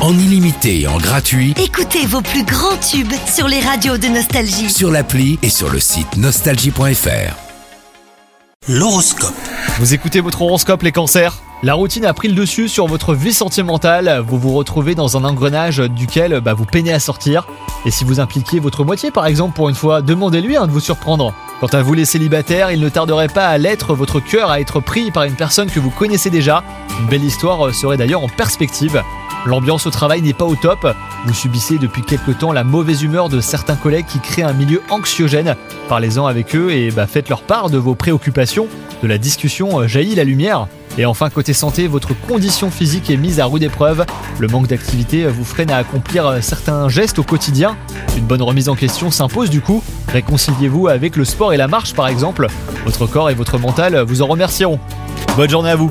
en illimité et en gratuit Écoutez vos plus grands tubes sur les radios de Nostalgie. sur l'appli et sur le site nostalgie.fr. L'horoscope. Vous écoutez votre horoscope les cancers La routine a pris le dessus sur votre vie sentimentale, vous vous retrouvez dans un engrenage duquel bah, vous peinez à sortir. Et si vous impliquiez votre moitié par exemple pour une fois, demandez-lui hein, de vous surprendre. Quant à vous les célibataires, il ne tarderait pas à l'être, votre cœur à être pris par une personne que vous connaissez déjà. Une belle histoire euh, serait d'ailleurs en perspective. L'ambiance au travail n'est pas au top, vous subissez depuis quelque temps la mauvaise humeur de certains collègues qui créent un milieu anxiogène. Parlez-en avec eux et bah, faites leur part de vos préoccupations. De la discussion euh, jaillit la lumière. Et enfin, côté santé, votre condition physique est mise à rude épreuve. Le manque d'activité vous freine à accomplir euh, certains gestes au quotidien. Une bonne remise en question s'impose du coup. Réconciliez-vous avec le sport et la marche par exemple. Votre corps et votre mental euh, vous en remercieront. Bonne journée à vous